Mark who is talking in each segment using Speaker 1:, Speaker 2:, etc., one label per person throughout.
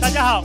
Speaker 1: 大家好，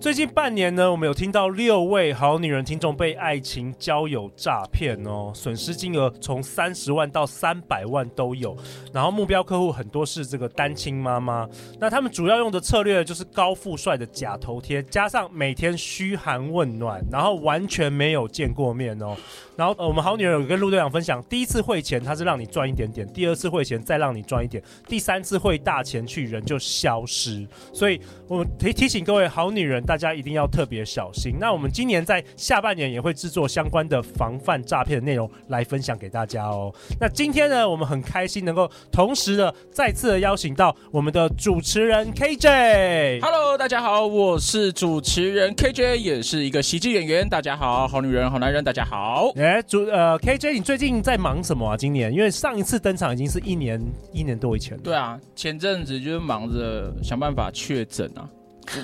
Speaker 1: 最近半年呢，我们有听到六位好女人听众被爱情交友诈骗哦，损失金额从三十万到三百万都有。然后目标客户很多是这个单亲妈妈，那他们主要用的策略就是高富帅的假头贴，加上每天嘘寒问暖，然后完全没有见过面哦。然后、呃我们好女人有跟陆队长分享，第一次汇钱他是让你赚一点点，第二次汇钱再让你赚一点，第三次汇大钱去人就消失。所以我们提提醒各位好女人，大家一定要特别小心。那我们今年在下半年也会制作相关的防范诈骗的内容来分享给大家哦。那今天呢，我们很开心能够同时的再次的邀请到我们的主持人 KJ。
Speaker 2: Hello，大家好，我是主持人 KJ，也是一个喜剧演员。大家好，好女人，好男人，大家好。
Speaker 1: 哎，主呃 KJ，你最近在忙什么啊？今年因为上一次登场已经是一年一年多以前了。
Speaker 2: 对啊，前阵子就是忙着想办法确诊啊，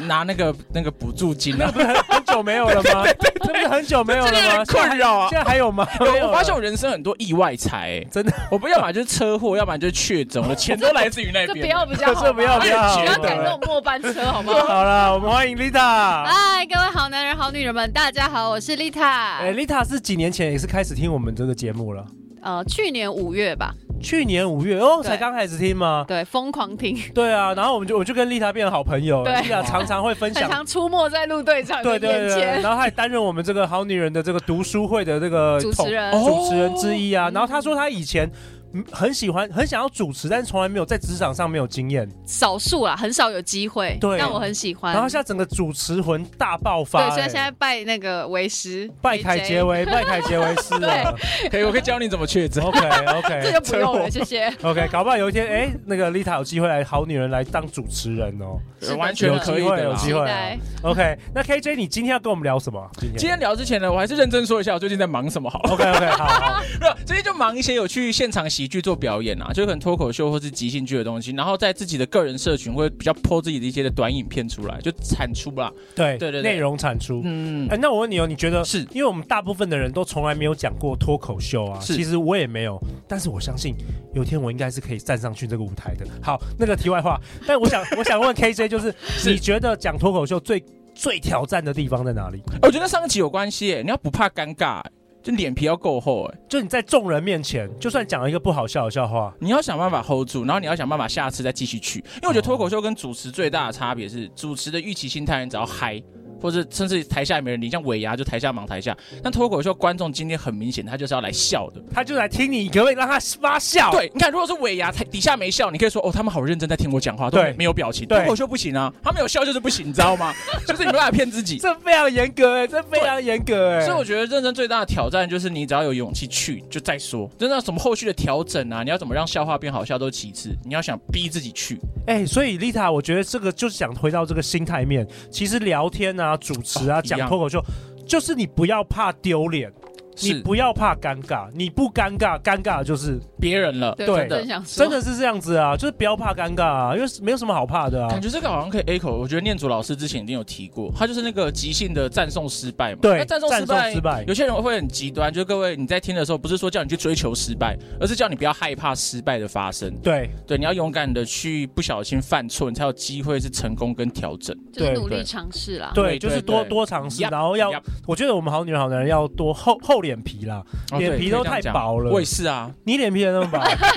Speaker 2: 拿 那个那个补助金啊，
Speaker 1: 很久 没有了吗？那不是很久没有了
Speaker 2: 这
Speaker 1: 吗？
Speaker 2: 点困扰啊
Speaker 1: 现在还有 吗？没有
Speaker 2: 我
Speaker 1: 了
Speaker 2: 发现我人生很多意外财、欸
Speaker 1: 真的，
Speaker 2: 我不要么就是 车祸，要不然就是确诊，我的钱都来自于那
Speaker 3: 这不
Speaker 2: 边。
Speaker 3: 要比较好吧，
Speaker 1: 这不要
Speaker 2: 比较好
Speaker 3: 不要赶那种末班车，好不好？
Speaker 1: 好了，我们欢迎 Lita。
Speaker 3: 嗨，各位好男人、好女人们，大家好，我是丽塔。
Speaker 1: 哎，Lita 是几年前也是开始听我们这个节目了，
Speaker 3: 呃，去年五月吧，
Speaker 1: 去年五月哦，
Speaker 3: 对
Speaker 1: 才刚开始听吗？
Speaker 3: 对，疯狂听，
Speaker 1: 对啊，然后我们就我就跟 Lita 变成好朋友
Speaker 3: 对
Speaker 1: ，Lita 常常会分
Speaker 3: 很
Speaker 1: 享。
Speaker 3: 常出没在陆队长的
Speaker 1: 对
Speaker 3: 眼
Speaker 1: 对对，对
Speaker 3: 前。
Speaker 1: 然后他也担任我们这个好女人的这个读书会的这个
Speaker 3: 主
Speaker 1: 统
Speaker 3: 持人嗯
Speaker 2: 哦
Speaker 1: 主持人之一啊。然后他说他以前嗯很喜欢很想要主持，但是从来没有在职场上没有经验。
Speaker 3: 少数啦，很少有机会，
Speaker 1: 对
Speaker 3: 但我很喜欢。
Speaker 1: 然后现在整个主持魂大爆发、
Speaker 3: 嗯对，所以
Speaker 1: 哎
Speaker 3: 现在拜那个为师，
Speaker 1: 拜凯结
Speaker 3: KJ，
Speaker 1: 为拜凯结啊为师了。
Speaker 2: 可以，我可以教你怎么确诊。
Speaker 1: OK
Speaker 3: 这
Speaker 1: OK
Speaker 3: 就不 用了，谢谢。
Speaker 1: OK，搞不好有一天，哎、那个丽塔有机会来《好女人》来当主持人哦。
Speaker 3: 是的
Speaker 2: 完
Speaker 3: 是
Speaker 2: 全
Speaker 3: 的
Speaker 2: 可以的
Speaker 1: 有
Speaker 2: 啦
Speaker 1: 机
Speaker 3: 期
Speaker 1: 会
Speaker 3: 待
Speaker 1: OK，那 KJ，你今天要跟我们聊什么？今
Speaker 2: 今天聊之前呢，我还是认真说一下我最近在忙什么好了。
Speaker 1: OK OK 好好，
Speaker 2: 没有，啊最近就忙一些有去现场喜剧做表演啊，就可能脱口秀或是即兴剧的东西，然后在自己的个人社群会比较 po 自己的一些的短影片出来，就产出啦。
Speaker 1: 对
Speaker 2: 对对对
Speaker 1: 内容产出。
Speaker 2: 嗯
Speaker 1: 哎、，那我问你哦，你觉得
Speaker 2: 是
Speaker 1: 因为我们大部分的人都从来没有讲过脱口秀啊，
Speaker 2: 是
Speaker 1: 其实我也没有，但是我相信有一天我应该是可以站上去这个舞台的。好，那个题外话，但我想我想问 KJ，就是你觉得讲脱口秀最最挑战的地方在哪里？
Speaker 2: 哎我觉得上一集有关系、欸，你要不怕尴尬、欸就脸皮要够厚、欸，
Speaker 1: 就你在众人面前，就算讲了一个不好笑的笑话，
Speaker 2: 你要想办法 hold 住，然后你要想办法下次再继续去，因为我觉得脱口秀跟主持最大的差别是，主持的预期心态你只要嗨。或者甚至台下也没人理，像尾牙就台下忙台下。但脱口秀观众今天很明显，他就是要来笑的。
Speaker 1: 他就来听你，可不可以让他发笑？
Speaker 2: 对，你看，如果是尾牙，他底下没笑，你可以说哦，他们好认真在听我讲话，都
Speaker 1: 对
Speaker 2: 没有表情。
Speaker 1: 对
Speaker 2: 脱口秀不行啊，他们有笑就是不行，你知 道吗？就是你没办法骗自己。
Speaker 1: 这非常严格哎、这非常严格哎、
Speaker 2: 所以我觉得认真最大的挑战就是你只要有勇气去就再说，真的什么后续的调整啊，你要怎么让笑话变好笑都是其次，你要想逼自己去。
Speaker 1: 哎、所以丽塔，我觉得这个就是想回到这个心态面。其实聊天啊、主持啊、
Speaker 2: 哦一样
Speaker 1: 讲脱口秀，就是你不要怕丢脸，你
Speaker 2: 是
Speaker 1: 不要怕尴尬，你不尴尬，尴尬的就是
Speaker 2: 别人了，
Speaker 3: 对，
Speaker 1: 对
Speaker 3: 我真想说，
Speaker 1: 真的是这样子啊，就是不要怕尴尬啊，因为没有什么好怕的啊
Speaker 2: 感。觉这个好像可以 echo。我觉得念祖老师之前一定有提过，他就是那个即兴的赞颂失败嘛。
Speaker 1: 对
Speaker 2: 那赞颂失
Speaker 1: 赞颂
Speaker 2: 败，
Speaker 1: 失败
Speaker 2: 有些人会很极端，就是各位你在听的时候，不是说叫你去追求失败，而是叫你不要害怕失败的发生。
Speaker 1: 对
Speaker 2: 对，你要勇敢的去不小心犯错，你才有机会是成功跟调整。
Speaker 3: 就是努
Speaker 1: 对
Speaker 3: 力尝试啦。
Speaker 1: 对，
Speaker 2: 对
Speaker 1: 就是
Speaker 2: 对
Speaker 1: 多
Speaker 2: 对
Speaker 1: 多尝试，
Speaker 2: Yup，
Speaker 1: 然后要
Speaker 2: Yup，
Speaker 1: 我觉得我们好女人好男人要多厚厚脸皮啦，
Speaker 2: 哦
Speaker 1: 脸皮都太薄了
Speaker 2: 我也是啊，
Speaker 1: 你脸皮也那么薄。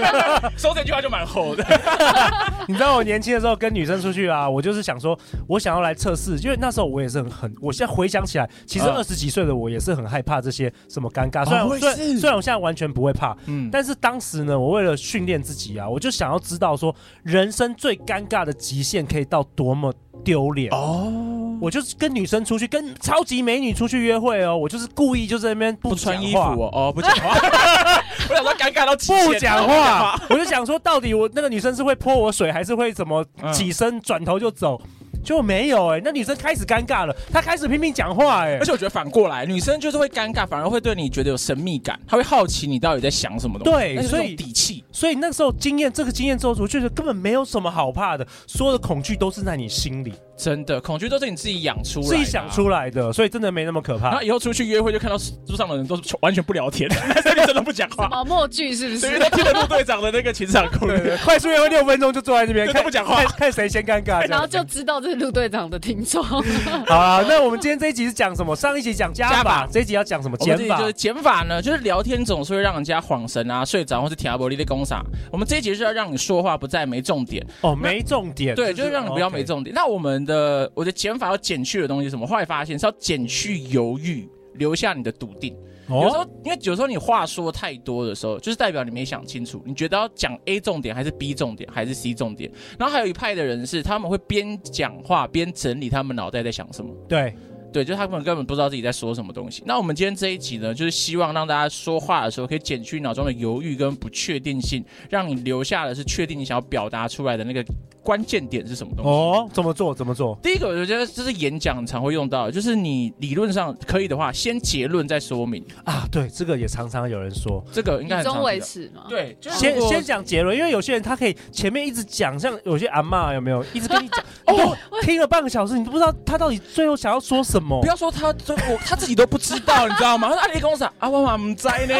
Speaker 2: 说这句话就蛮厚的。
Speaker 1: 你知道我年轻的时候跟女生出去啊，我就是想说，我想要来测试，因为那时候我也是很很，我现在回想起来，其实
Speaker 2: 嗯
Speaker 1: 二十几岁的我也是很害怕这些什么尴尬，
Speaker 2: 哦
Speaker 1: 虽然
Speaker 2: 我也
Speaker 1: 虽然
Speaker 2: 是
Speaker 1: 虽然我现在完全不会怕，
Speaker 2: 嗯，
Speaker 1: 但是当时呢，我为了训练自己啊，我就想要知道说，人生最尴尬的极限可以到多么丢脸。
Speaker 2: 哦，
Speaker 1: 我就是跟女生出去，跟超级美女出去约会哦，我就是故意就在那边不
Speaker 2: 不穿衣服
Speaker 1: 讲话
Speaker 2: 哦，哦不讲话。 我想说尴尬到极限
Speaker 1: 不讲话， 我就想说，到底我那个女生是会泼我水，还是会怎么
Speaker 2: 嗯
Speaker 1: 起身转头就走？结果没有哎、那女生开始尴尬了，她开始拼命讲话哎、
Speaker 2: 而且我觉得反过来，女生就是会尴尬，反而会对你觉得有神秘感，她会好奇你到底在想什么东西。
Speaker 1: 对
Speaker 2: 那就是
Speaker 1: 所
Speaker 2: 一
Speaker 1: 以
Speaker 2: 种底气。
Speaker 1: 所以那时候经验，这个经验之后，我就觉得根本没有什么好怕的，所有的恐惧都是在你心里
Speaker 2: 真的，恐惧都是你自己养出来的啊、
Speaker 1: 自己想出来的，所以真的没那么可
Speaker 2: 然
Speaker 1: 怕
Speaker 2: 后。以后出去约会就看到桌上的人都是完全不聊天， 所以你真的不讲话，
Speaker 3: 毛墨剧哦是不
Speaker 2: 对，因为
Speaker 3: 是？
Speaker 2: 他听得陆队长的那个情场攻
Speaker 1: 对对
Speaker 2: 略。
Speaker 1: 对快速约会六分钟就坐在这边
Speaker 2: 对
Speaker 1: 看
Speaker 2: 都不讲话
Speaker 1: 看看谁先尴尬。这
Speaker 3: 然后
Speaker 1: 样
Speaker 3: 就知道这是陆队长的 听众，
Speaker 1: 好啊，那我们今天这一集是讲什么？上一集讲加
Speaker 2: 加
Speaker 1: 法
Speaker 2: 法，
Speaker 1: 这一集要讲什么？
Speaker 2: 我
Speaker 1: 减
Speaker 2: 们这里
Speaker 1: 法
Speaker 2: 就。是减法呢，就是聊天总是会让人家晃神啊、睡着或是挑拨离的攻杀。我们这一节是要让你说话不再没重点，
Speaker 1: 哦，没重点。
Speaker 2: 对，就是让你不要
Speaker 1: 哦
Speaker 2: 没
Speaker 1: OK
Speaker 2: 重点。那我们的我的减法要减去的东西是什么？后来发现是要减去犹豫，留下你的笃定。有时
Speaker 1: 哦，
Speaker 2: 候，因为有时候你话说太多的时候，就是代表你没想清楚，你觉得要讲 A 重点还是 B 重点还是 C 重点。然后还有一派的人是他们会边讲话边整理他们脑袋在想什么，
Speaker 1: 对，
Speaker 2: 对，就是他们根本不知道自己在说什么东西。那我们今天这一集呢，就是希望让大家说话的时候可以减去脑中的犹豫跟不确定性，让你留下的是确定你想要表达出来的那个关键点是什么东西。
Speaker 1: 哦，怎么做？怎么做？
Speaker 2: 第一个，我觉得这是演讲常会用到的，就是你理论上可以的话，先结论再说明，
Speaker 1: 啊，对，这个也常常有人说。
Speaker 2: 这个应该
Speaker 3: 以
Speaker 2: 很常
Speaker 3: 终
Speaker 2: 见
Speaker 3: 为始嘛。
Speaker 2: 对，啊就是
Speaker 1: 先
Speaker 2: 如果
Speaker 1: 先讲结论，因为有些人他可以前面一直讲，像有些阿嬷有没有一直跟你 讲哦，听了半个小时，你都不知道他到底最后想要说什么
Speaker 2: 不。要说他，就我他自己都不知道，你知道吗？他说阿里公司啊，我嘛唔知 呢，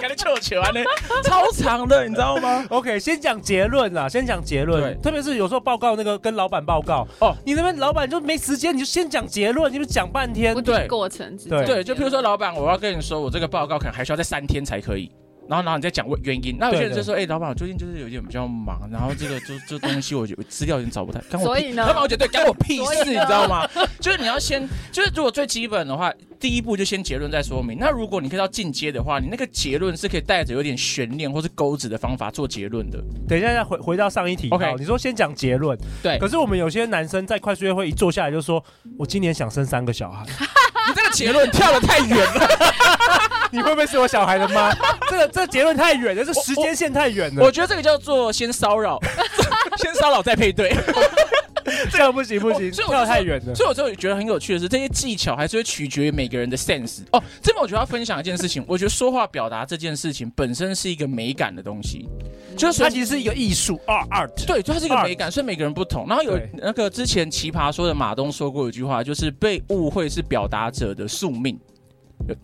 Speaker 2: 感觉球球啊呢，超长的，你知道吗？
Speaker 1: OK，先讲结论啦，先讲结
Speaker 2: 对
Speaker 1: 论，特别是有时候报告那个跟老板报告哦
Speaker 2: 哦，
Speaker 1: 你那边老板就没时间，你就先讲结论，你们讲半天
Speaker 3: 不，
Speaker 2: 对
Speaker 3: 提过程之
Speaker 1: 对
Speaker 2: 对，就譬如说，老板，我要跟你说，我这个报告可能还需要在三天才可以。然后，然后你再讲原因。那有些人就说：“哎、老板，我最近就是有点比较忙，然后这个就这东西我有资料已经找不太，干我
Speaker 3: 所
Speaker 2: 屁
Speaker 3: 以呢
Speaker 2: 老板，我觉得对，干我屁
Speaker 3: 所以
Speaker 2: 事，
Speaker 3: 呢
Speaker 2: 你知道吗？就是你要先，就是如果最基本的话，第一步就先结论再说明。那如果你可以到进阶的话，你那个结论是可以带着有点悬念或是钩子的方法做结论的。
Speaker 1: 等一下再回回到上一题。
Speaker 2: OK 哎
Speaker 1: 好你说先讲结论，
Speaker 2: 对
Speaker 1: 可是我们有些男生在快速约会一坐下来就说，我今年想生三个小孩，
Speaker 2: 你这个结论跳得太远 了，
Speaker 1: 你会不会是我小孩的妈？ 这个这个结论太远了，这时间线太远了
Speaker 2: 我，觉得这个叫做先骚扰， 先骚扰再配对。
Speaker 1: 这样不行不行，
Speaker 2: 所以我就
Speaker 1: 跳太
Speaker 2: 说
Speaker 1: 远了。
Speaker 2: 所以我就觉得很有趣的是，这些技巧还是会取决于每个人的 sense。哦，这边我觉得要分享一件事情，我觉得说话表达这件事情本身是一个美感的东西，就是
Speaker 1: 嗯
Speaker 2: 说
Speaker 1: 它其实是一个艺术
Speaker 2: 啊
Speaker 1: 二 art。
Speaker 2: 对，就它是一个美感，所以每个人不同。然后有
Speaker 1: 对
Speaker 2: 那个之前奇葩说的马东说过一句话，就是被误会是表达者的宿命，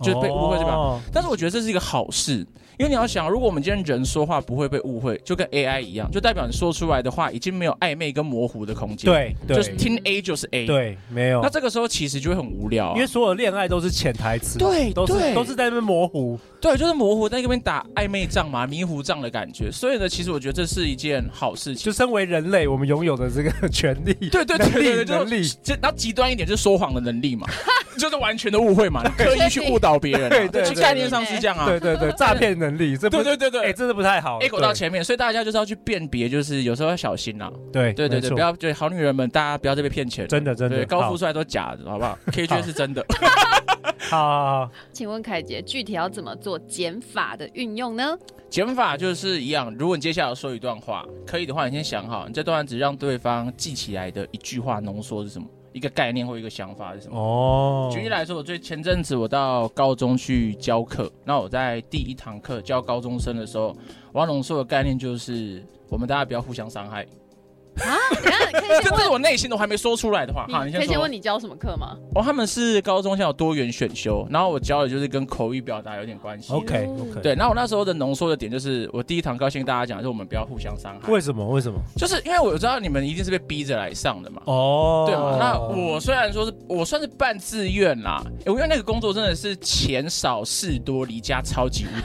Speaker 2: 就是被误会是表达。
Speaker 1: 哦
Speaker 2: 但是我觉得这是一个好事，因为你要想，如果我们今天人说话不会被误会，就跟 AI 一样，就代表你说出来的话已经没有暧昧跟模糊的空间。，
Speaker 1: 对
Speaker 2: 就是
Speaker 1: 对
Speaker 2: 听 A 就是 A。，
Speaker 1: 对，没有
Speaker 2: 那，这个时候其实就会很无聊啊、
Speaker 1: 因为所有恋爱都是潜台词，
Speaker 2: 对
Speaker 1: 都是
Speaker 2: 对
Speaker 1: 都是在那边模糊。
Speaker 2: 对，啊就是模糊在那边打暧昧仗嘛、迷糊仗的感觉。所以呢，其实我觉得这是一件好事情。
Speaker 1: 就身为人类，我们拥有的这个权利，
Speaker 2: 对对对
Speaker 1: 能
Speaker 2: 对对，
Speaker 1: 力
Speaker 2: 就
Speaker 1: 能力，
Speaker 2: 这然后极端一点就是说谎的能力 嘛，就是完全的误会嘛，你刻意去误导别人、啊。
Speaker 1: 对对
Speaker 2: 其实
Speaker 1: 对
Speaker 2: 概念上是这样啊。
Speaker 1: 对对对，诈骗能力，这不
Speaker 2: 对对对对
Speaker 1: 哎，真的不太好。
Speaker 2: A 狗到前面，所以大家就是要去辨别，就是有时候要小心啦、
Speaker 1: 对
Speaker 2: 对对对，不
Speaker 1: 没错
Speaker 2: 要对好女人们，大家不要再被骗钱了。
Speaker 1: 真的真的
Speaker 2: 对，高富
Speaker 1: 好
Speaker 2: 帅都假的，好不 好？K 圈是真的。
Speaker 1: 好好好
Speaker 3: 请问凯杰，具体要怎么做减法的运 用呢？
Speaker 2: 减法就是一样，如果你接下来要说一段话，可以的话，你先想好，你这段只让对方记起来的一句话浓缩是什么，一个概念或一个想法是什么。
Speaker 1: 哦，
Speaker 2: 举例来说，我最前阵子我到高中去教课，那我在第一堂课 教高中生的时候，我要浓缩的概念就是，我们大家不要互相伤害。
Speaker 3: 啊，等一下可以
Speaker 2: 这
Speaker 3: 先
Speaker 2: 这是
Speaker 3: 问
Speaker 2: 我内心的，我还没说出来的话。好，你
Speaker 3: 你，可
Speaker 2: 先
Speaker 3: 以先
Speaker 2: 说
Speaker 3: 问。你教什么课吗？
Speaker 2: 哦，他们是高中现在有多元选修，然后我教的就是跟口语表达有点关系的。
Speaker 1: OK OK，，
Speaker 2: 对，然后我那时候的浓缩的点就是，我第一堂课要先跟大家讲，就是我们不要互相伤害，
Speaker 1: 为什么？为什么？
Speaker 2: 就是因为我知道你们一定是被逼着来上的嘛。
Speaker 1: 哦，
Speaker 2: 对嘛？那我虽然说是我算是半自愿啦，因为那个工作真的是钱少事多，离家超级无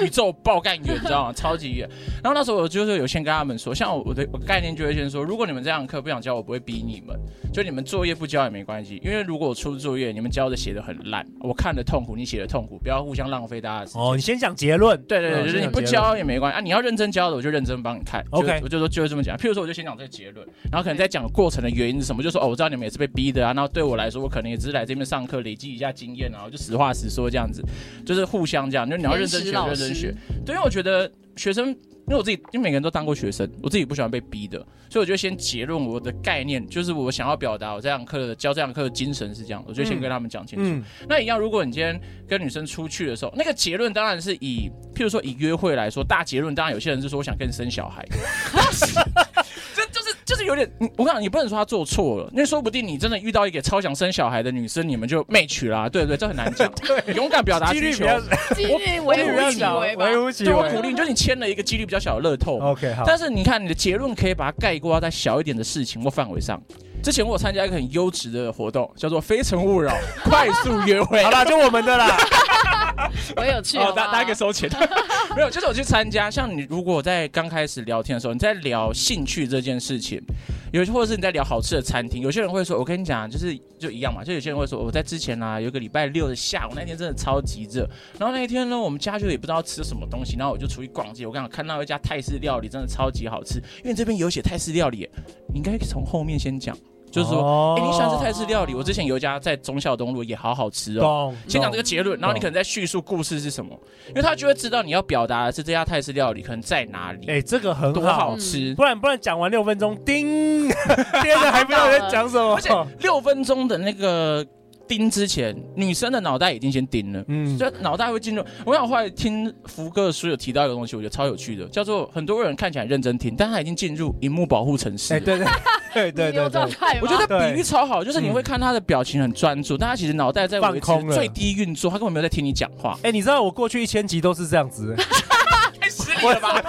Speaker 2: 敌宇宙爆干远，你知道吗？超级远。然后那时候我就是有先跟他们说，像我我的我概念就会先说，如果你们这堂课不想交，我不会逼你们，就你们作业不交也没关系，因为如果我出作业，你们交的写的很烂，我看的痛苦，你写的痛苦，不要互相浪费大家的时间。
Speaker 1: 哦，你先讲结论。
Speaker 2: 对对
Speaker 1: 嗯
Speaker 2: 对，就是你不。
Speaker 1: 先讲结论
Speaker 2: 教也没关系啊，你要认真教的，我就认真帮你看。就
Speaker 1: OK
Speaker 2: 我就说就会这么讲。譬如说，我就先讲这个结论，然后可能在讲过程的原因是什么，就说哦，我知道你们也是被逼的啊，那对我来说，我可能也只是来这边上课累积一下经验啊，然后就实话实说这样子，就是互相这样，就是你要认真学，
Speaker 3: 天使老
Speaker 2: 认
Speaker 3: 师
Speaker 2: 真学。 对，因为我觉得学生，因为我自己，因为每个人都当过学生，我自己不喜欢被逼的，所以我就先结论我的概念，就是我想要表达我这堂课的教这堂课的精神是这样，我就先
Speaker 1: 嗯
Speaker 2: 跟他们讲清楚。
Speaker 1: 嗯，
Speaker 2: 那一样，如果你今天跟女生出去的时候，那个结论当然是以，譬如说以约会来说，大结论当然有些人是说我想跟你生小孩， 这就是就是有点，嗯你我跟你讲，你不能说他做错了，因为说不定你真的遇到一个超想生小孩的女生，你们就 match 啦，对不对？这很难 讲，对，勇敢表达
Speaker 1: 几率
Speaker 2: 需
Speaker 1: 比
Speaker 2: 求，
Speaker 1: 较，
Speaker 3: 纪律微
Speaker 1: 比
Speaker 3: 乎
Speaker 1: 较
Speaker 3: 其
Speaker 1: 小，
Speaker 3: 微吧。
Speaker 1: 微乎其
Speaker 2: 对我
Speaker 1: 微
Speaker 2: 鼓。励，就是你签了一个几率比较小的乐透嘛
Speaker 1: OK，好。哦
Speaker 2: 但是你看，你的结论可以把它概括在小一点的事情或范围上。之前我有参加一个很优质的活动，叫做《非 诚勿扰》快速约会。
Speaker 1: 好啦，就我们的 啦。
Speaker 3: 我有去，
Speaker 2: 哦
Speaker 3: 好，不
Speaker 2: 大
Speaker 3: 好
Speaker 2: 大家可以收钱。没有，就是我去参加，像你如果在刚开始聊天的时候，你在聊兴趣这件事情，有或者是你在聊好吃的餐厅，有些人会说，我跟你讲，就是就一样嘛，就有些人会说，我在之前啊，有一个礼拜六的下午，那天真的超级热，然后那一天呢，我们家就也不知道吃什么东西，然后我就出去逛街，我刚好看到一家泰式料理，真的超级好吃，因为这边有写泰式料理耶，你应该从后面先讲， 就是说，
Speaker 1: 说
Speaker 2: 哎、你喜欢吃泰式料理？我之前有一家在忠孝东路也好好吃哦，
Speaker 1: 懂？
Speaker 2: 先讲这个结论，然后你
Speaker 1: 懂
Speaker 2: 可能再叙述故事是什么，因为他就会知道你要表达的是这家泰式料理可能在哪里，
Speaker 1: 哎，这个很
Speaker 2: 多
Speaker 1: 好，
Speaker 2: 好吃。
Speaker 1: 不然不然讲完六分钟， 叮，接着还不知道在讲什
Speaker 2: 而且
Speaker 1: 么。
Speaker 2: 六分钟的那个盯之前，女生的脑袋已经先盯了。
Speaker 1: 嗯，
Speaker 2: 就脑袋会进入，我想后来听福哥的书有提到一个东西，我觉得超有趣的，叫做很多人看起来认真听，但他已经进入荧幕保护城市
Speaker 1: 哎，
Speaker 2: 了。
Speaker 1: 对对对对
Speaker 3: 你有
Speaker 1: 对
Speaker 3: 状
Speaker 1: 对，
Speaker 3: 态吗？
Speaker 2: 我觉得
Speaker 1: 对
Speaker 2: 比喻超好，就是你会看他的表情很专注，但他其实脑袋在维
Speaker 1: 嗯放空
Speaker 2: 持
Speaker 1: 了
Speaker 2: 最低运作，他根本没有在听你讲话。
Speaker 1: 哎，你知道我过去一千集都是这样子，
Speaker 2: 太失礼了吧！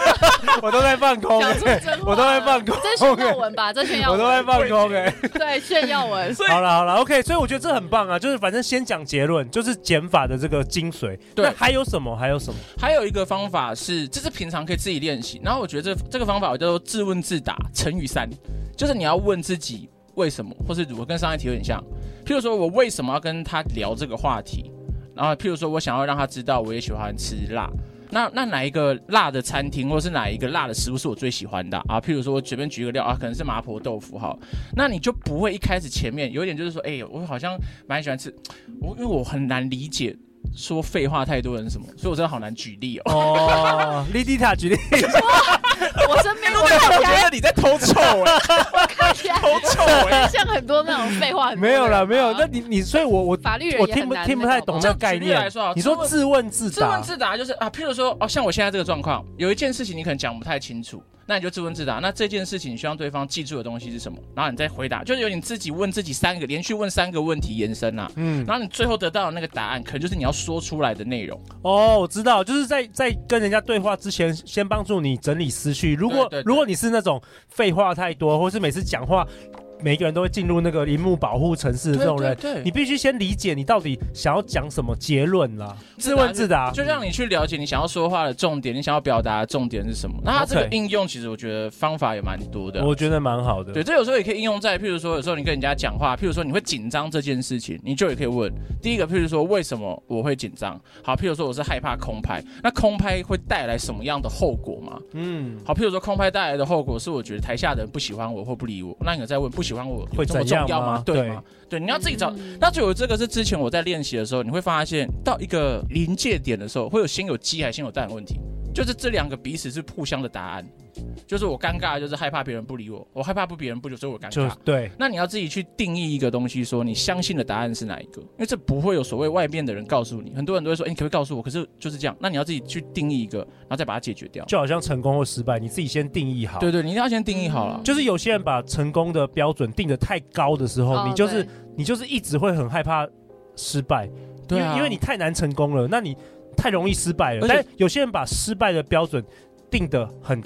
Speaker 1: 我 都在放空，
Speaker 3: 讲出真话，
Speaker 1: 我都在放空
Speaker 3: 这炫耀文 吧，这炫耀
Speaker 1: 我
Speaker 3: 文，
Speaker 1: 都在放空，哎。
Speaker 3: 对炫耀 文。
Speaker 2: 所以
Speaker 1: 好了好了，OK，所以我觉得这很棒啊，就是反正先讲结论，就是减法的这个精髓。
Speaker 2: 对
Speaker 1: 那还有什么？还有什么？
Speaker 2: 还有一个方法是，这是平常可以自己练习。然后我觉得这这个方法我叫做自问自答乘以三，就是你要问自己为什么，或是如何跟上一题有点像。譬如说我为什么要跟他聊这个话题，然后譬如说我想要让他知道我也喜欢吃辣。那那哪一个辣的餐厅，或是哪一个辣的食物是我最喜欢的啊？譬如说，我随便举一个料啊，可能是麻婆豆腐好，那你就不会一开始前面有一点就是说，哎、我好像蛮喜欢吃，我因为我很难理解说废话太多人是什么，所以我真的好难举例 哦。
Speaker 1: 哦，丽蒂塔举例，
Speaker 3: 我身边我
Speaker 2: 我觉得你在偷臭哎、
Speaker 3: 看起来
Speaker 2: 偷臭哎、
Speaker 3: 像很多那种废话，很
Speaker 1: 欸
Speaker 3: 多
Speaker 1: 没有
Speaker 3: 人
Speaker 1: 啦，
Speaker 3: 啊
Speaker 1: 没有。那你你，所以我我
Speaker 3: 法律人
Speaker 1: 我
Speaker 3: 也
Speaker 1: 听
Speaker 3: 很
Speaker 1: 不
Speaker 3: 难
Speaker 1: 听不
Speaker 3: 那
Speaker 1: 太
Speaker 3: 个好
Speaker 1: 懂
Speaker 3: 不
Speaker 1: 这
Speaker 3: 好
Speaker 1: 个概
Speaker 2: 就举例来
Speaker 1: 念
Speaker 2: 说啊。
Speaker 1: 你说
Speaker 2: 自
Speaker 1: 自问自
Speaker 2: 自问
Speaker 1: 答，
Speaker 2: 自答就是啊，譬如说哦，像我现在这个状况，有一件事情你可能讲不太清楚，那你就自问自答。那这件事情你希望对方记住的东西是什么？然后你再回答，就是有你自己问自己三个，连续问三个问题延伸啊。
Speaker 1: 嗯，
Speaker 2: 然后你最后得到的那个答案，可能就是你要说出来的内容。
Speaker 1: 哦，我知道，就是在在跟人家对话之前，先帮助你整理思绪。如果
Speaker 2: 对对对
Speaker 1: 如果你是那种废话太多，或是每次讲话，每一个人都会进入那个荧幕保护城市的这种人，
Speaker 2: 对对对啊
Speaker 1: 你必须先理解你到底想要讲什么结论啦。自问自答，
Speaker 2: 就让你去了解你想要说话的重点，你想要表达的重点是什么。那它这个
Speaker 1: OK
Speaker 2: 应用，其实我觉得方法也蛮多的。
Speaker 1: 我觉得蛮好的。
Speaker 2: 啊对，这有时候也可以应用在，譬如说，有时候你跟人家讲话，譬如说你会紧张这件事情，你就也可以问第一个，譬如说为什么我会紧张？好，譬如说我是害怕空拍，那空拍会带来什么样的后果吗？
Speaker 1: 嗯，
Speaker 2: 好，譬如说空拍带来的后果是，我觉得台下的人不喜欢我或不理我，那你再问不喜欢我有
Speaker 1: 会
Speaker 2: 这么
Speaker 1: 怎样
Speaker 2: 重要
Speaker 1: 吗
Speaker 2: 吗？对吗？对，你要自己找。那就有这个是之前我在练习的时候，你会发现到一个临界点的时候，会有先有鸡还是先有蛋的问题。就是这两个彼此是互相的答案。就是我尴尬，就是害怕别人不理我，我害怕不别人不理我，所以我尴
Speaker 1: 就
Speaker 2: 尬。
Speaker 1: 对，
Speaker 2: 那你要自己去定义一个东西，说你相信的答案是哪一个，因为这不会有所谓外面的人告诉你。很多人都会说，哎、你可不可以告诉我？可是就是这样，那你要自己去定义一个，然后再把它解决掉。
Speaker 1: 就好像成功或失败，你自己先定义好。嗯
Speaker 2: 对对，你一定要先定义好了。
Speaker 1: 就是有些人把成功的标准定得太高的时候，
Speaker 3: 哦
Speaker 1: 你就是
Speaker 3: 对
Speaker 1: 你就是一直会很害怕失败，
Speaker 2: 对
Speaker 1: 因
Speaker 2: 啊
Speaker 1: 为因为你太难成功了，那你太容易失败了。
Speaker 2: 而且
Speaker 1: 但有些人把失败的标准定得很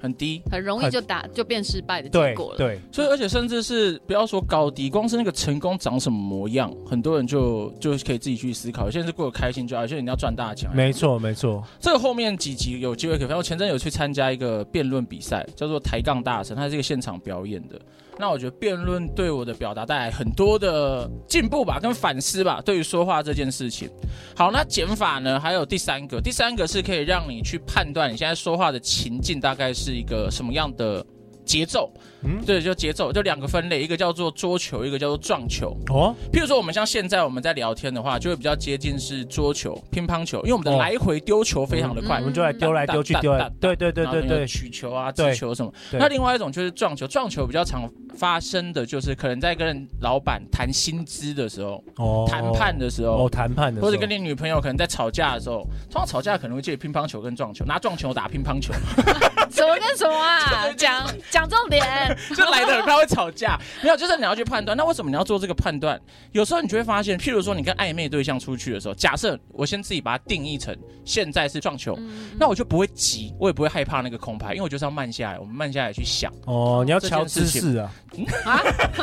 Speaker 2: 很低，
Speaker 3: 很容易
Speaker 1: 很
Speaker 3: 就打就变失败的结
Speaker 1: 对
Speaker 3: 果了。
Speaker 1: 对，
Speaker 2: 所以而且甚至是不要说高低，光是那个成功长什么模样，很多人就就可以自己去思考。有些人是过得开心就好，有些人你要赚大钱。
Speaker 1: 没错没错，
Speaker 2: 这个后面几集有机会可以看。我前阵有去参加一个辩论比赛，叫做抬杠大神，它是一个现场表演的。那我觉得辩论对我的表达带来很多的进步吧，跟反思吧，对于说话这件事情。好，那减法呢？还有第三个，第三个是可以让你去判断你现在说话的情境大概是一个什么样的节奏。
Speaker 1: 嗯
Speaker 2: 对，就节奏，就两个分类，一个叫做桌球，一个叫做撞球。
Speaker 1: 哦，
Speaker 2: 譬如说，我们像现在我们在聊天的话，就会比较接近是桌球、乒乓球，因为我们的
Speaker 1: 哦
Speaker 2: 来回丢球非常的快
Speaker 3: 嗯
Speaker 1: 我，们就来丢来丢去
Speaker 2: 大
Speaker 1: 丢来
Speaker 2: 大，
Speaker 1: 对对对
Speaker 2: 然后
Speaker 1: 对
Speaker 2: 可能有
Speaker 1: 对，
Speaker 2: 曲球啊、
Speaker 1: 对
Speaker 2: 直球什么。
Speaker 1: 对
Speaker 2: 那另外一种就是撞球，撞球比较常发生的就是可能在跟老板谈薪资的时候、
Speaker 1: 哦
Speaker 2: 谈判的时
Speaker 1: 哦
Speaker 2: 候，
Speaker 1: 谈判的时候，
Speaker 2: 或者跟你女朋友可能在吵架的时候，通常吵架可能会借乒乓球跟撞球，拿撞球打乒乓球，
Speaker 3: 什么跟什么 啊？讲讲重点，
Speaker 2: 就来的很快会吵架。没有，就是你要去判断。那为什么你要做这个判断？有时候你就会发现，譬如说你跟暧昧对象出去的时候，假设我先自己把它定义成现在是撞球，那我就不会急，我也不会害怕那个空拍，因为我就是要慢下来，我们慢下来去想，
Speaker 1: 哦，你要
Speaker 2: 这
Speaker 1: 瞧
Speaker 2: 件事
Speaker 1: 姿
Speaker 2: 情
Speaker 1: 势啊，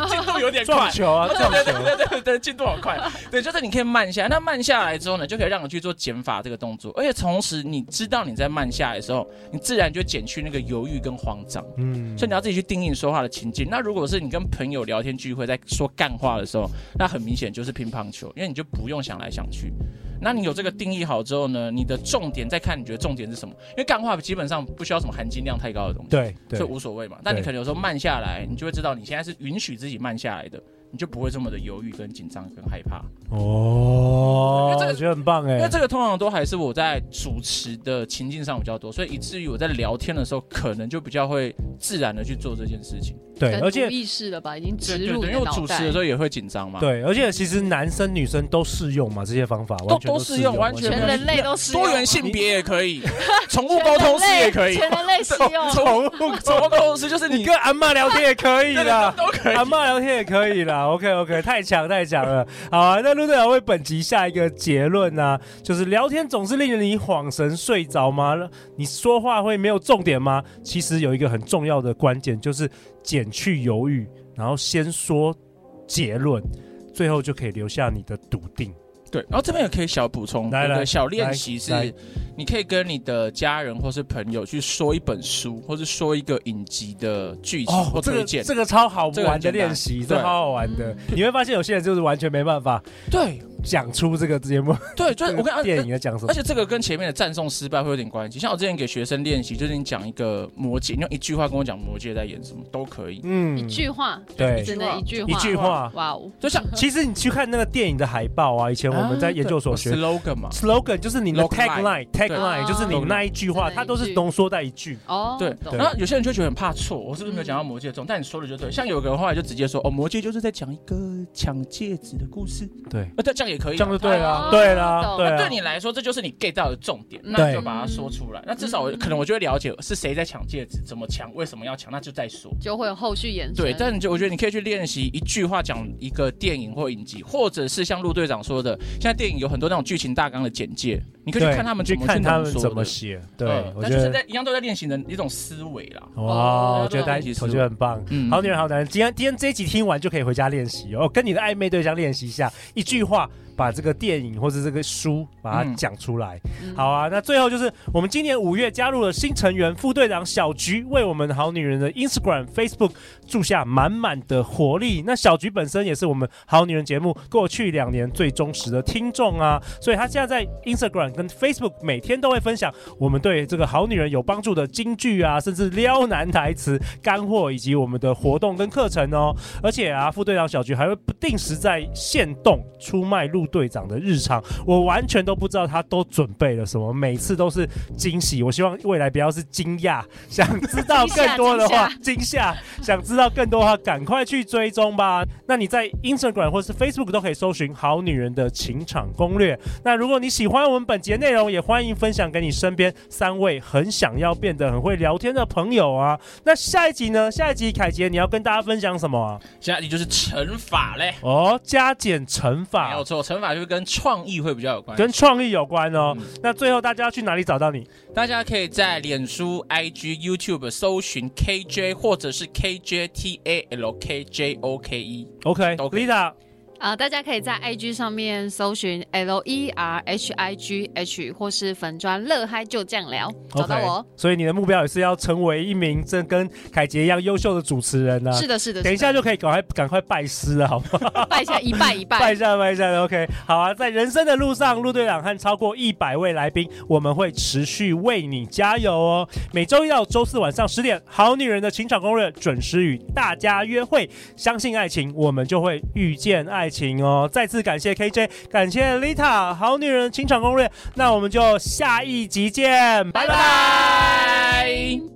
Speaker 2: 进度有点
Speaker 1: 撞
Speaker 2: 快。
Speaker 1: 球啊，撞
Speaker 2: 对对
Speaker 1: 球，
Speaker 2: 对对对对，进度好快。对，就是你可以慢下来，那慢下来之后呢，就可以让你去做减法这个动作，而且同时你知道你在慢下来的时候，你自然就减去那个犹豫跟慌张。
Speaker 1: 嗯
Speaker 2: 所以你要自己去定义你说话的情境。那如果是你跟朋友聊天聚会在说干话的时候，那很明显就是乒乓球，因为你就不用想来想去。那你有这个定义好之后呢，你的重点再看你觉得重点是什么，因为干话基本上不需要什么含金量太高的东西，
Speaker 1: 对对
Speaker 2: 所以，无所谓嘛。但你可能有时候慢下来，你就会知道你现在是允许自己慢下来的。你就不会这么的犹豫、跟紧张、跟害怕，
Speaker 1: 哦
Speaker 2: 因为，这个
Speaker 1: 我觉得很棒
Speaker 2: 因为
Speaker 1: 哎，
Speaker 2: 这个通常都还是我在主持的情境上比较多，所以以至于我在聊天的时候，可能就比较会自然的去做这件事情。
Speaker 1: 对，而且
Speaker 3: 无意识了吧，已经植
Speaker 2: 对对
Speaker 3: 入
Speaker 2: 对，
Speaker 3: 你
Speaker 2: 因为
Speaker 3: 的
Speaker 2: 我
Speaker 3: 脑
Speaker 2: 主
Speaker 3: 袋
Speaker 2: 持的时候也会紧张嘛。
Speaker 1: 对，而且其实男生女生都适用嘛，这些方法
Speaker 2: 都
Speaker 1: 完全
Speaker 2: 都
Speaker 1: 适
Speaker 2: 适用完全
Speaker 3: 全人类都是
Speaker 2: 多元性别也可 以，宠物沟通师也可以，
Speaker 3: 全人类适 用。
Speaker 1: 宠物
Speaker 2: 宠物沟通师就是
Speaker 1: 你
Speaker 2: 你
Speaker 1: 跟阿嬷聊天也可以
Speaker 2: 对对
Speaker 1: 啦。
Speaker 2: 都可以
Speaker 1: 阿。啊嬷聊天也可以啦，OK OK，太强太强了。好啊，那陆队长为本集下一个结论呢、就是聊天总是令你恍神睡着吗？你说话会没有重点吗？其实有一个很重要的关键，就是减去犹豫，然后先说结论，最后就可以留下你的笃定。
Speaker 2: 对，然后这边也可以小补充，
Speaker 1: 来
Speaker 2: 有个
Speaker 1: 来
Speaker 2: 小练习是
Speaker 1: 来来，
Speaker 2: 你可以跟你的家人或是朋友去说一本书，或是说一个影集的剧情或
Speaker 1: 哦这
Speaker 2: 推
Speaker 1: 个
Speaker 2: 荐。
Speaker 1: 这个超好
Speaker 2: 这个
Speaker 1: 玩
Speaker 2: 很
Speaker 1: 的
Speaker 2: 简单
Speaker 1: 练习，这
Speaker 2: 对
Speaker 1: 超好玩的。你会发现有些人就是完全没办法
Speaker 2: 对
Speaker 1: 讲出这个节目，
Speaker 2: 对，就是我跟
Speaker 1: 电影在讲什么
Speaker 2: 而。且这个跟前面的赞颂失败会有点关系。像我之前给学生练习，就是你讲一个魔戒，你用一句话跟我讲魔戒在演什么都可以。
Speaker 1: 嗯
Speaker 3: 一句话，
Speaker 1: 对
Speaker 3: 只能一句话，
Speaker 1: 一句话
Speaker 3: 哇哦，
Speaker 2: 就 像
Speaker 1: 其实你去看那个电影的海报啊，以前我们在研究所学、
Speaker 2: 啊对 slogan 嘛，
Speaker 1: slogan 就是你的
Speaker 2: Logline
Speaker 1: tagline tagline
Speaker 2: 啊
Speaker 3: 对
Speaker 1: 就是你那一句话，
Speaker 3: Logline
Speaker 1: 它都是浓缩在一句。
Speaker 3: 哦，
Speaker 2: 对，
Speaker 3: 懂嗯
Speaker 2: 然后有些人就觉得很怕错，我是不是没有讲到魔戒中？但你说的就对，像有个人后来就直接说，哦，魔戒就是在讲一个抢戒指的故事，
Speaker 1: 对，
Speaker 2: 呃，对，这样也可以啊，
Speaker 1: 这样就对啦，
Speaker 3: 哦
Speaker 1: 对啦，
Speaker 3: 懂
Speaker 1: 对
Speaker 2: 那
Speaker 1: 啊
Speaker 2: 对。你来说，这就是你 get 到的重点，那
Speaker 1: 对
Speaker 2: 你就把它说出来。那至少我可能我就会了解是谁在抢戒指，怎么抢，为什么要抢，那就再说。
Speaker 3: 就会有后续延伸。
Speaker 2: 对，但你就我觉得你可以去练习一句话讲一个电影或影集，或者是像陆队长说的，现在电影有很多那种剧情大纲的简介，你可以去
Speaker 1: 对
Speaker 2: 看他们
Speaker 1: 去
Speaker 2: 怎么去
Speaker 1: 看他们
Speaker 2: 浓缩
Speaker 1: 怎么
Speaker 2: 的
Speaker 1: 写，对
Speaker 2: 嗯，
Speaker 1: 我
Speaker 2: 但
Speaker 1: 觉
Speaker 2: 就是哦
Speaker 1: 得
Speaker 2: 在一样都在练习的一种思维啦。嗯
Speaker 1: 哇，我觉得大哎
Speaker 2: 对
Speaker 1: 家我
Speaker 2: 对对
Speaker 1: 觉得很棒。
Speaker 2: 嗯
Speaker 1: 好女人好男人，今天今天这一集听完就可以回家练习哦，跟你的暧昧对象练习一下，一句话把这个电影或者这个书把它
Speaker 2: 嗯
Speaker 1: 讲出来。
Speaker 3: 嗯
Speaker 1: 好啊，那最后就是我们今年五月加入了新成员副队长小菊，为我们好女人的 Instagram、Facebook 注下满满的活力。那小菊本身也是我们好女人节目过去两年最忠实的听众啊，所以她现在在 Instagram 跟 Facebook 每天都会分享我们对这个好女人有帮助的金句啊，甚至撩男台词、干货以及我们的活动跟课程哦。而且啊，副队长小菊还会不定时在线动出卖陆陆队长的日常，我完全都不知道他都准备了什么，每次都是惊喜。我希望未来不要是惊讶，想知道更多的话，惊啊吓，想知道更多的话，赶快去追踪吧。那你在 Instagram 或是 Facebook 都可以搜寻《好女人的情场攻略》。那如果你喜欢我们本节内容，也欢迎分享给你身边三位很想要变得很会聊天的朋友啊。那下一集呢？下一集凯杰你要跟大家分享什么啊？
Speaker 2: 下一题就是乘法嘞，
Speaker 1: 哦，加减乘
Speaker 2: 没
Speaker 1: 法
Speaker 2: 有错，乘法就是跟创意会比较有关系。
Speaker 1: 跟创意有关哦。
Speaker 2: 嗯
Speaker 1: 那最后大家要去哪里找到你？
Speaker 2: 大家可以在脸书、IG、YouTube 搜寻 KJ 或者是 KJTALKJOKE。都可以
Speaker 1: OK，Lita，、
Speaker 3: 啊，大家可以在 IG 上面搜寻 L E R H I G H，或是粉砖乐嗨就这样聊，找到我哦。
Speaker 1: 所以你的目标也是要成为一名这跟凯杰一样优秀的主持人呢、啊。
Speaker 3: 是的，是的，
Speaker 1: 等一
Speaker 3: 是的
Speaker 1: 下就可以赶快赶快拜师了，好不好？
Speaker 3: 拜一下，一拜一
Speaker 1: 拜
Speaker 3: 拜
Speaker 1: 一。下，拜一下，OK。好啊，在人生的路上，陆队长和超过一百位来宾，我们会持续为你加油哦。每周一到周四晚上十点，《好女人的情场攻略》准时与大家约会。相信爱情，我们就会遇见爱情哦。再次感谢 KJ，感谢 Lita，《好女人的情场攻略》，那我们就下一集见，拜拜
Speaker 3: 拜